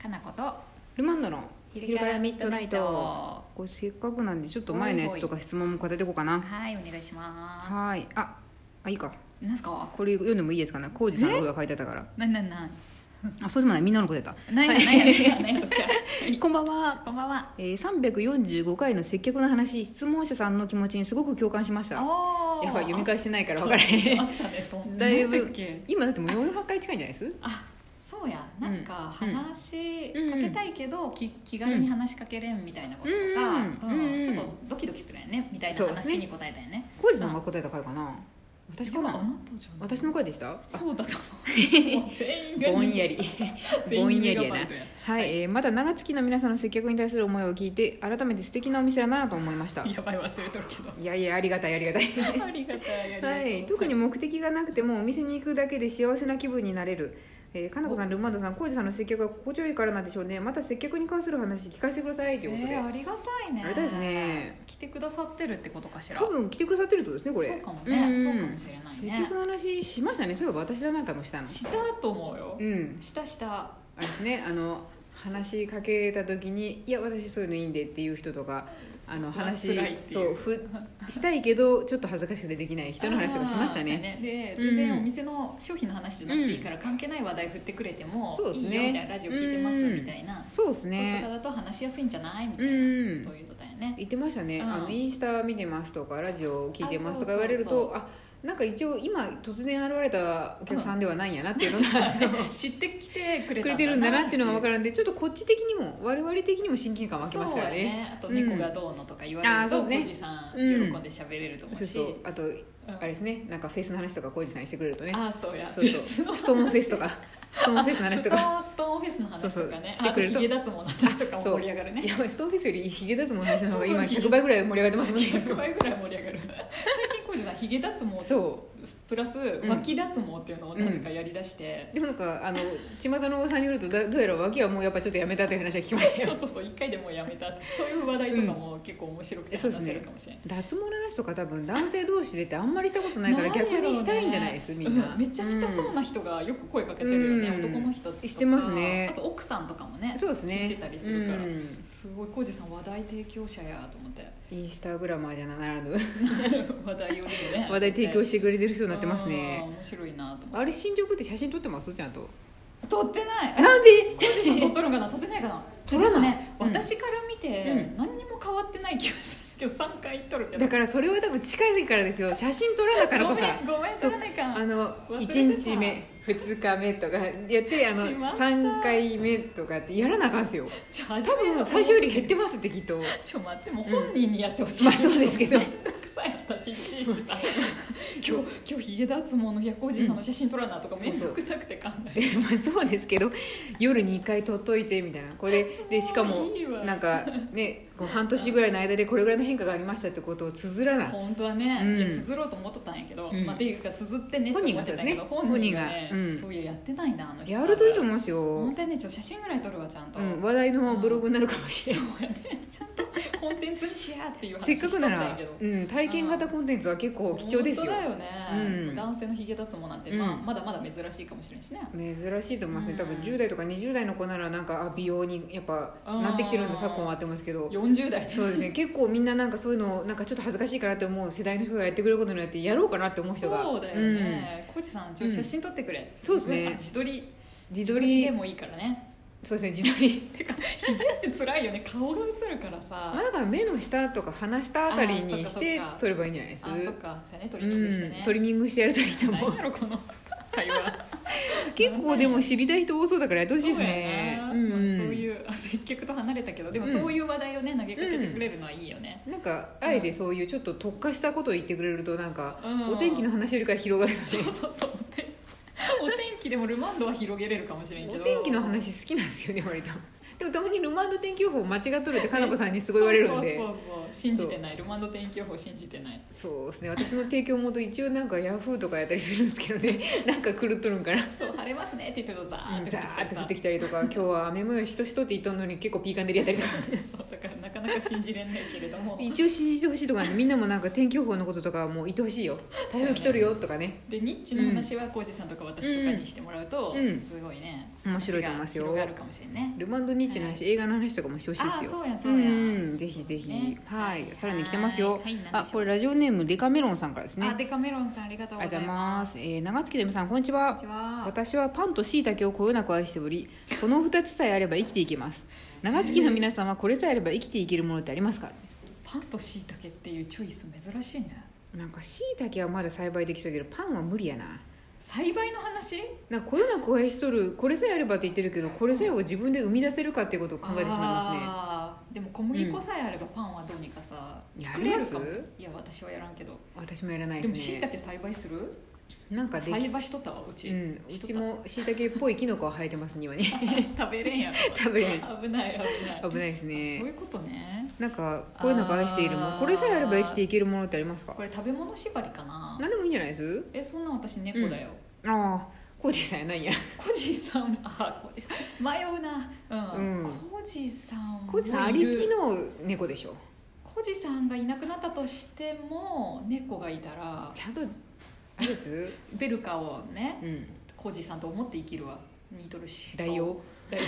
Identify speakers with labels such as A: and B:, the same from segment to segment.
A: かなこと
B: ルマンドの
A: 昼からミッドナイト
B: これせっかくなんでちょっと前のやつとか質問も答えていこうかな
A: はいお願いしま
B: はーいああいいか
A: すなんすか
B: これ読んでもいいですかね浩二さんのことが書いてあったから
A: なんなんなん
B: あそうでもないみんなのことやった
A: なんやなんやなんやなんやじゃ
B: こんばん は
A: あこんばんは
B: えー、345回の接客の話質問者さんの気持ちにすごく共感しましたや
A: お
B: ばい読み
A: 返
B: 返してないから分からへ
A: あ
B: ん
A: ったねそんな
B: だ いぶ
A: なんっけ
B: 今だってもう400回近いんじゃないです
A: あそうやなんか
B: うんうん
A: 話しかけたいけど、き気軽に話しかけれんみたいなこととか、
B: うんうん
A: ちょっとドキドキするやんねみたいな
B: そうですね
A: 話に答えたよね
B: 浩二さんが答えた回かな私か
A: いやあ
B: な
A: なたじゃん
B: 私の回でした
A: そうだと 思うもう全員が
B: ぼんやりぼんやり
A: 全
B: やな
A: 員がバイトや
B: はい、えーまだ長月の皆さんの接客に対する思いを聞いて改めて素敵なお店だなと思いましたい
A: やばい忘れとるけど
B: やいやありがたいありがたい
A: ありがたいありが
B: は
A: た
B: い特に
A: も
B: 目的がなくてもお店に行くだけで幸せな気分になれる、えー、かなこさんルマンドさん浩二さんの接客が心地よいからなんでしょうねまた接客に関する話聞かせてくださいと
A: え
B: いうことで、
A: ーありがたいね
B: ありがたいですね
A: 来てくださってるってことかしら
B: 多分来てくださってるってことですねこれ
A: そうかもね、
B: ん
A: そうかもしれない
B: 接
A: ね
B: 客の話しましたねそういえば私だなんかもしたの
A: したと思うよ、
B: うん
A: したした
B: あれですねあの話しかけた時に「いや私そういうのいいんで」っていう人とかあの話
A: 辛いって
B: そ
A: いう
B: ふしたいけどちょっと恥ずかしくてできない人の話とかしましたね
A: あーそうで
B: う
A: 全
B: ん
A: 然お店の商品の話じゃなくていいから関係ない話題振ってくれても、
B: そうですね
A: いいよみたいなラジオ聞いてます
B: うん
A: みたいな、
B: そうです
A: 本当か
B: ね
A: だと話しやすいんじゃないみたいな、
B: うん
A: そういうことだよね
B: 言ってましたね、
A: うん
B: あのインスタ見てますとかラジオ聞いてますとか
A: あそう
B: 言わ
A: そうそ
B: れ
A: う
B: るとあなんか一応今突然現れたお客さんではないんやなっていうのが、 そう
A: 知ってきてくれ
B: く
A: た
B: れてるんだなっていうのが分からるんでちょっとこっち的にも我々的にも親近感湧きますから
A: そうだ
B: ね
A: ねあと猫がどうのとか言われ
B: あ
A: る
B: ーそう
A: と、
B: ですね
A: おじさん喜
B: うん
A: んで喋れると思う
B: そう
A: し、
B: そうあと
A: うん
B: あれですねなんかフェスの話とか浩次さんにしてくれるとね
A: あー そうや
B: そうそうストーンフェス とかストーンフェスの話とか
A: ストーンフェスの話とかね
B: そうそうしてくれると
A: あとヒゲ脱毛の話とかも
B: そう
A: 盛り上がるね
B: やばいストーンフェスよりヒゲ脱毛の話の方が今100倍ぐらい盛り上がってますもんね
A: 100倍ぐらい盛り上がる最近こうじさんヒゲ脱毛
B: そ
A: プラス
B: ん
A: 脇脱毛っていうのをなぜかやりだして
B: う、でもなんかあの巷の噂によるとだどうやら脇はもうやっぱちょっとやめたっていう話は聞きました
A: そ
B: よ
A: うそうそう1回でもうやめたってそういう話題とかも結構面白くて
B: えそう
A: 話
B: です
A: せ
B: ね
A: るかもしれない。
B: 脱毛の話とか多分男性同士でってあんまりしたことないから
A: んやろう
B: 逆
A: ね
B: にしたいんじゃないですみんな、
A: うめっちゃしたそう
B: な、
A: な人がよく声かけてるよね、
B: うん
A: 男の人とか
B: してますね
A: あと奥さんとかもね
B: そうですね
A: 聞いてたりするから、
B: うん
A: すごい浩司さん話題提供者やと思っ て
B: インスタグラマーじゃな らぬ
A: 話題をね
B: 話題提供しててくれてる人になってますね
A: 面白いなと思っ
B: あれ新宿って写真撮ってますちゃんと
A: て撮ってない
B: なんで
A: 浩司さん撮っとるんかな撮ってないかな
B: 撮らない
A: でもね、
B: うん
A: 私から見て
B: う
A: 何にも変わってない気がするけど3回撮るけど
B: だからそれは多分近いからですよ写真撮らなからこさ
A: ごめんごめん撮らないか
B: あの
A: 忘れてた
B: 1日目2日目とかやってあの
A: しまった
B: 3回目とかってやらなあかんすよ
A: 多
B: 多分最初より減ってますってきっと
A: ちょ待ってもう本人にやってほしい、
B: まあそうですけど
A: めんどくさい私いちいちさ 今日今日ヒゲ脱毛の百工事さんの写真撮らなとか
B: うん
A: めんどくさくて考え
B: え まあそうですけど夜に1回撮っといてみたいなこれででしかも
A: いいわ
B: なんかねこう半年ぐらいの間でこれぐらいの変化がありましたってことを綴らない
A: 本当はね、
B: うん
A: いや綴ろうと思っとったんやけど、
B: うん
A: まあ、っていうか綴ってねって思ってたんやけど
B: 本
A: 本
B: 人
A: 人
B: が
A: が
B: そうです
A: ね
B: ね本人がうん
A: そういうやってないなあの人
B: やるといいと
A: う
B: 思いますよ
A: 本、当にねちょっと写真ぐらい撮るわちゃんと、
B: うん、話題のブログになるかもしれない
A: コンテンツにしやっていう話
B: せっ
A: しと
B: か
A: った
B: く
A: ん
B: な
A: や
B: ら
A: けど、
B: うん、体験型コンテンツは結構貴重です
A: 本
B: よ
A: 当だよね、
B: うん
A: 男性のヒゲ脱毛なんて、まあ、
B: うん
A: まだまだ珍しいかもしれんしね
B: 珍しいと思いますね
A: うん
B: 多分10代とか20代の子ならなんかあ美容にやっぱ
A: うん
B: なってきてるんだ昨今はってますけど
A: 40代で
B: そう ですね結構みんななんかそういうのなんかちょっと恥ずかしいかなって思う世代の人がやってくれることによってやろうかなって思う人が
A: そうだよね、コジさんちょっと写真撮ってくれ、
B: そうですね
A: あ自撮り
B: うん、自
A: 自
B: 撮
A: 撮り
B: り
A: でもいいからね
B: そうですね自撮り
A: てかひげって辛いよね顔が映るからさ
B: まあだから目の下とか鼻下あたりに
A: あーそ
B: し
A: っかそってか
B: 撮ればいいんじゃないです
A: あそっかそうやね撮
B: う
A: り切りして
B: ん
A: ね、
B: トリミングしてやるといいと思
A: 何
B: う
A: やろこの会話
B: 結構でも知りたい人多そうだからやってほしいですね
A: そうやな
B: うん
A: まあ
B: うん
A: そういうあ接客と離れたけどでも
B: うん
A: そういう話題をね投げかけてくれるのはいいよね、
B: なんかあえてそういうちょっと特化したことを言ってくれるとなんか、
A: うん
B: お天気の話よりかは広がるので
A: そうそうそうお天 お天気でもルマンドは広げれるかもしれんけ
B: お
A: ど
B: 天気の話好きなんですよね割とでもたまにルマンド天気予報間違っとるってかなこさんにすごい言われるんで
A: そうそうそう信じてないルマンド天気予報信じてない
B: そうですね私の提供元一応なんかヤフーとかやったりするんですけどねなんか狂っとるんかな
A: そう晴れますねって言ってるとザー
B: う
A: っ
B: ん
A: て
B: ザーって降って
A: きて
B: きたりとか今日は雨模様しとしとって言っとんのに結っ構ピーカンでりやったりとか
A: そうだからなかなかなか信じれないけれども
B: 一応信じてほしいとかねみんなもなんか天気予報のこととかもう言ってほしいよ台風来とるよとかね
A: でニッチの話は浩二さんとか私とかにしてもらうと、
B: うん
A: すごいね
B: 面白いと思いますよ
A: 話が広がるかもしれんね
B: ルマンドニッチの話、映画の話とかもしてほしいですよ
A: あそうやそうや
B: んぜひぜひ、
A: ね
B: はいさらに来てますよ、
A: はいはい
B: あこれラジオネームデカメロンさんからですね
A: あデカメロンさんありがとう
B: あり
A: ご
B: が
A: ざい
B: とうござい
A: ま
B: ますす、えー長月のみさんこんにち
A: こ
B: は
A: んにちは
B: 私はパンと椎茸をこよなく愛しておりこの2つさえあれば生きていけます長月の皆さんはこれさえあれば生きていけるものってありますか
A: パンと椎茸っていうチョイス珍しいね
B: なんか椎茸はまだ栽培できそうやけどパンは無理やな
A: 栽培の話
B: なんかこよなく愛しとるこれさえあればって言ってるけどこれさえを自分で生み出せるかっていうことを考えてしまいま
A: あーでも小麦粉さえあればパンはどうにかさ、
B: うん
A: 作れるかも
B: やり
A: いや私はやらんけど
B: すね私もやらない
A: でも
B: です
A: 椎
B: ね
A: 茸栽培する
B: なんかで
A: 栽
B: き
A: 培しとったわうち、
B: うん、う
A: しとった
B: ちも椎茸っぽいキノコは生えてます庭 に
A: 食べれんやろ
B: 食べれん
A: 危ない危ない
B: 危ないです
A: そうい
B: ね
A: うことね
B: なんかこういうのが愛しているも
A: あ
B: の
A: ー
B: これさえあれば生きていけるものってありますか
A: これ食べ物縛りかな
B: 何でもいいんじゃないです
A: えそんなん私猫だよ、
B: ああコージさんやないや
A: コジさんあコジさん迷うなうん、
B: うん
A: コジさん
B: コージさん
A: も
B: あ
A: い
B: り
A: る
B: きの猫でしょ
A: コジさんがいなくなったとしても猫がいたら
B: ちゃんとあれです
A: ベルカをね
B: うん
A: コジさんと思って生きるわ似とるし
B: 代用
A: 顔代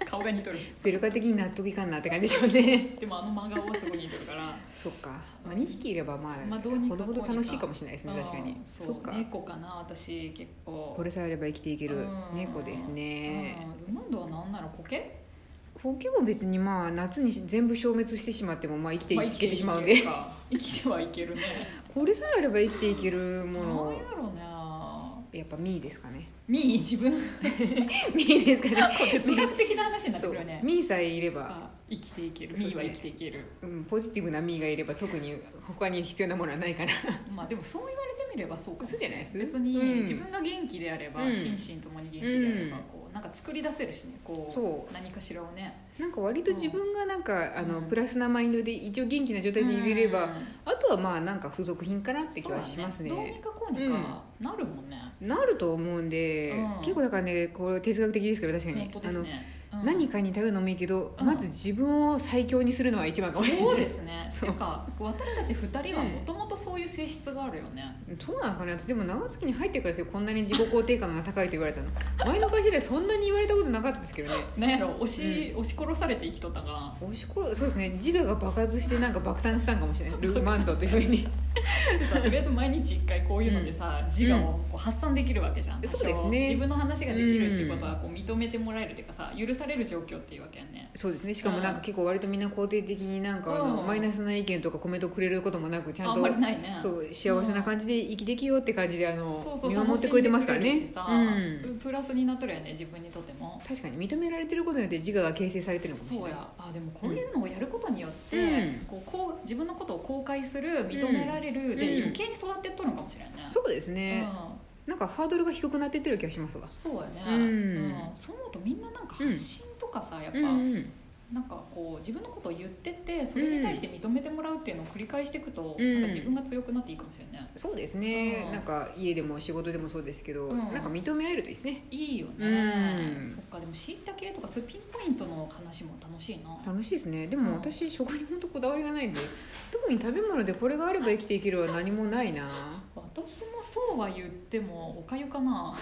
A: 用 顔が似とる
B: ベルカ的に納得いかんなって感じでしょうね
A: でもあの真顔はすごい似とるから
B: そっか、まあ、2匹いればまあ、
A: まあどうにか
B: ほどほど楽しいかもしれないですね確かに
A: うん
B: そ
A: そう
B: っか
A: 猫かな私結構
B: これさえあれば生きていける
A: うん
B: 猫ですね
A: うんルマンドはなんなの苔
B: コケも別にまあ夏に全部消滅してしまってもまあ生きて
A: まあ
B: いけてしまうん
A: 生き
B: で
A: ていけるか生きてはいけるね
B: これさえあれば生きていける
A: な
B: も
A: ん
B: の
A: やろうね
B: やっぱミーですかね
A: ミー自分
B: ミーですかね
A: 哲学的な話になって
B: そ
A: く
B: う
A: るよね
B: ミーさえいれば、
A: あ生きていける
B: そ
A: ミ
B: うです
A: ーは
B: ね
A: 生きていける、
B: うん、ポジティブなミーがいれば特に他に必要なものはないから
A: まあでもそう言われてみればそうかもしれない
B: そうじゃないで
A: 別
B: す
A: に、
B: うん
A: 自分が元気であれば、
B: うん
A: 心身ともに元気であれば、
B: うん
A: こうなんか作り出せるしねこう
B: そ
A: 何かしらをね
B: なんか割と自分がなんか、あの
A: うん
B: プラスなマインドで一応元気な状態でいれれば、
A: うん
B: あとはまあなんか付属品かなって気はし
A: そうだ
B: ますね
A: どうにかこうにかなるもんね、
B: なると思うんで、
A: うん
B: 結構だからねこれ哲学的ですけど確かに、
A: 本当ですね、
B: あ
A: う
B: の
A: ん
B: 何かに頼るのもいいけど、
A: うん
B: まず自分を最強にするのは一番かもしれない
A: そうですね
B: そう
A: てか私たち2人はもともとそういう性質があるよね、
B: そうなんですかね私でも長崎に入ってからですよこんなに自己肯定感が高いと言わ れたの前の会社ではそんなに言われたことなかったですけどね
A: なんやろ押し,、押し殺されて生きとったが
B: 押し殺そうですね自我が爆発してなんか爆誕したんかもしれな いルーマントというふうに
A: でさとりあえず毎日1回こういうのでさ、自我をこう発散できるわけじゃん、
B: うん
A: 多少
B: そうですね
A: 自分の話ができるっていうことはこう認めてもらえるっていうかさ許される状況っていうわけやね
B: そうですねしかもなんか結構割とみんな肯定的になんかあの、
A: うん
B: マイナスな意見とかコメントくれることもなくちゃん
A: あん
B: と
A: まりないね
B: そう幸せな感じで生きできようって感じであの
A: そうそう
B: 見守ってくれてますから
A: 楽しん
B: ね
A: でくれるしさ、
B: うん
A: そういうプラスになっとるよね自分にとっても
B: 確かに認められてることによって自我が形成されてるのかもしれ
A: そう
B: ない
A: やあでもこういうのをやることによって、
B: うん
A: こうこう自分のことを公開する認められる、で
B: うん
A: 余計に育ってっとるのかもしれないね、
B: そうですね、
A: うん
B: なんかハードルが低くなってってる気がしますわ
A: そうやね、
B: うん
A: そう思うとみんななんか発信とかさ、やっぱ、
B: うん
A: なんかこう自分のことを言ってってそれに対して認めてもらうっていうのを繰り返していくと、
B: うん
A: なんか自分が強くなっていいかもしれない
B: そうですね、
A: うん
B: なんか家でも仕事でもそうですけど、
A: うん
B: なんか認め合えるといいですね
A: いいよね、
B: うん
A: そっかでもしいたけとかそういうピンポイントの話も楽しいな
B: 楽しいですねでも私食に本当こだわりがないんで特に食べ物でこれがあれば生きていけるは何もないな
A: 私もそうは言ってもおかゆかな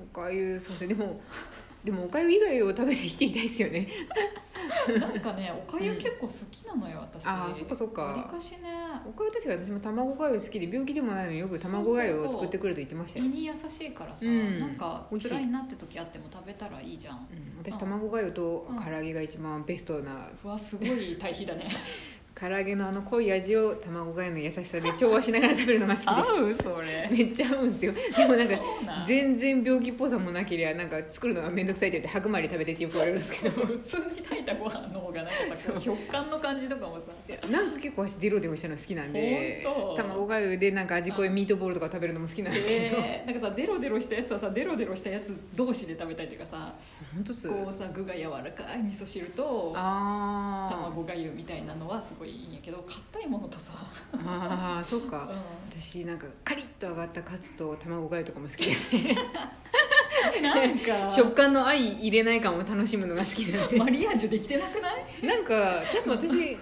B: おかゆそうですねでもでもおかゆ以外を食べて生きていきたいですよね
A: なんかねおかゆ結構好きなのよ、私
B: あーそっかそっか
A: わりかしね
B: おかゆ確か私も卵がゆ好きで病気でもないのによく卵がゆを作ってくれと言ってました
A: 胃
B: よ
A: に優しいからさ、
B: うん
A: なんか
B: 美味しい
A: 辛いなって時あっても食べたらいいじゃん
B: うん私卵がゆと唐揚げが一番ベストな
A: うわすごい対比だ ね
B: 唐揚げのあの濃い味を卵がゆの優しさで調和しながら食べるのが好きです
A: うそれ
B: めっちゃ合うんですよでもなんか
A: そうなん
B: 全然病気っぽさもなけりゃなんか作るのが面倒くさいって言って白米で食べてってよく言われるんですけ
A: そう普通に炊いたご飯の方がなんかさこう食感の感じとか もさ
B: どなんか結構私デロデロしたの好きなんで
A: ほんと
B: 卵がゆでなんか味濃いミートボールとか食べるのも好きなんですけど
A: でなんかさデロデロしたやつはさデロデロしたやつ同士で食べたいっていうかさ
B: 本当っす
A: こうさ具が柔らかい味噌汁と
B: あー
A: 卵がゆみたいなのはすごいいいんやけど硬いものとさ、
B: あーそう
A: うん
B: か私なんかカリッと揚がったカツと卵がゆとかも好きですね
A: なんか
B: 食感の相入れない感を楽しむのが好きなんで
A: マリアージュできてなくない
B: なんか多分私結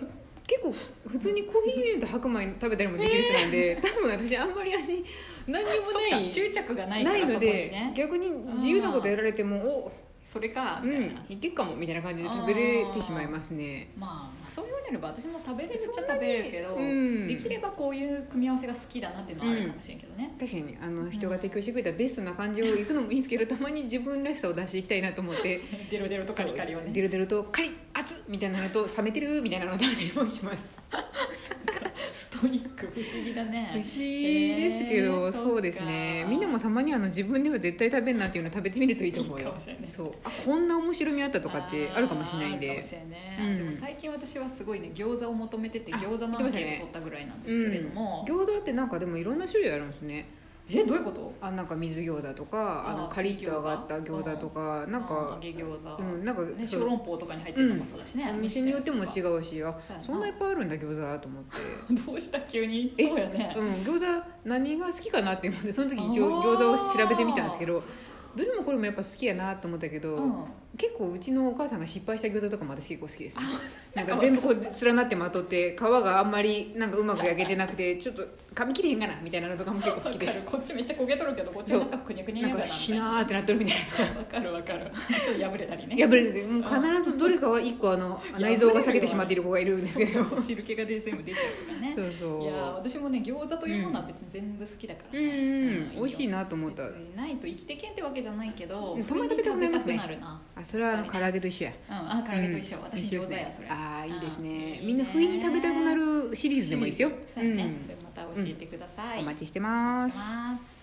B: 構普通にコーヒー入れると白米食べたりもできる人なん で、多分私あんまり味何にも
A: そ
B: な
A: っか
B: い
A: 執着がないか
B: な
A: らそ
B: い
A: こ
B: の
A: に
B: で、
A: ね
B: 逆に自由なことやられてもお
A: それか
B: う
A: みたい
B: ん
A: な、
B: いけっかもみたいな感じで食べれてしまいますね
A: まあそう言われれば私も食べれるっち
B: そ
A: ゃ
B: んな
A: 食
B: に
A: べれるけど、
B: うん
A: できればこういう組み合わせが好きだなっていうのはあるかもしれんけどね、
B: 確かにあの人が提供してくれたベストな感じをいくのもいいんですけどたまに自分らしさを出していきたいなと 思って
A: デロデロとカリカリを
B: そう
A: ね
B: デロデロとカリッ熱っみたいなのと冷めてるみたいなのを食べたりもします
A: ストイック不思議だ
B: 不
A: ね
B: 思議ですけ
A: え
B: ど、
A: ー
B: そうです
A: そ
B: ね
A: っか
B: みんなもたまにあの自分では絶対食べんなっていうの食べてみるといいと思うよ
A: いいかもしれない
B: そうあこんな面白みあったとかってあるかもしれないん
A: あーある
B: で
A: かもしれね
B: うん
A: でも最近私はすごいね餃子を求めてて
B: あ
A: 餃子のアンケート取ったぐらいなんですけれども、
B: うん、餃子ってなんかでもいろんな種類あるんですね
A: えどういうこと
B: あなんか水餃子とかあ
A: あ
B: の
A: ー
B: カリッと揚がった餃子とかなん
A: 揚
B: か
A: げ餃子、
B: うんなんか
A: ね、
B: そう
A: 小籠包とかに入ってるのもそうだしね、
B: お店によっても違
A: う
B: うしあ
A: そうやな
B: そんないっぱいあるんだ餃子と思って
A: どうした急にそうやね、
B: うん、餃子何が好きかなって思ってその時一応餃子を調べてみたんですけどどれもこれもやっぱ好きやなと思ったけど、
A: うん
B: 結構うちのお母さんが失敗した餃子とかも私結構好きです、ね、なんか全部こう連なってまとって皮があんまりなんかうまく焼けてな くてちょっと噛み切れへんかなみたいなのとかも結構好きで
A: わか
B: す
A: るこっちめっちゃ焦げとるけどこっちなんかくにゃくにゃ
B: なん
A: や
B: か
A: だ
B: しなーってなってるみたい
A: なわかるわかるちょっと破れたりね
B: な破れててもう必ずどれかは1個あの内臓が裂けてしまっている子がいるんですけ ど
A: そうそう汁気がで全部出ちゃうとかね
B: そうそう
A: いやー私もね餃子というものは別に全部好きだから
B: う
A: ね、
B: んうん美味しい
A: な
B: なと思った
A: ないと生きてけんってわけじゃないけど
B: うんたまに食べたくなりますね
A: 食べたくな
B: あそれはあの唐揚げと一緒や
A: るなうんあ唐揚げと一緒、
B: うん
A: 私
B: 一緒
A: 餃
B: です
A: 子
B: ね
A: やそれ
B: ああいいです
A: うん
B: ね
A: いい
B: みんな不意に食べたくなるシリーズでもいいですよ
A: そうやね、
B: うん
A: それまた教えてください、
B: お待ちしてます
A: ます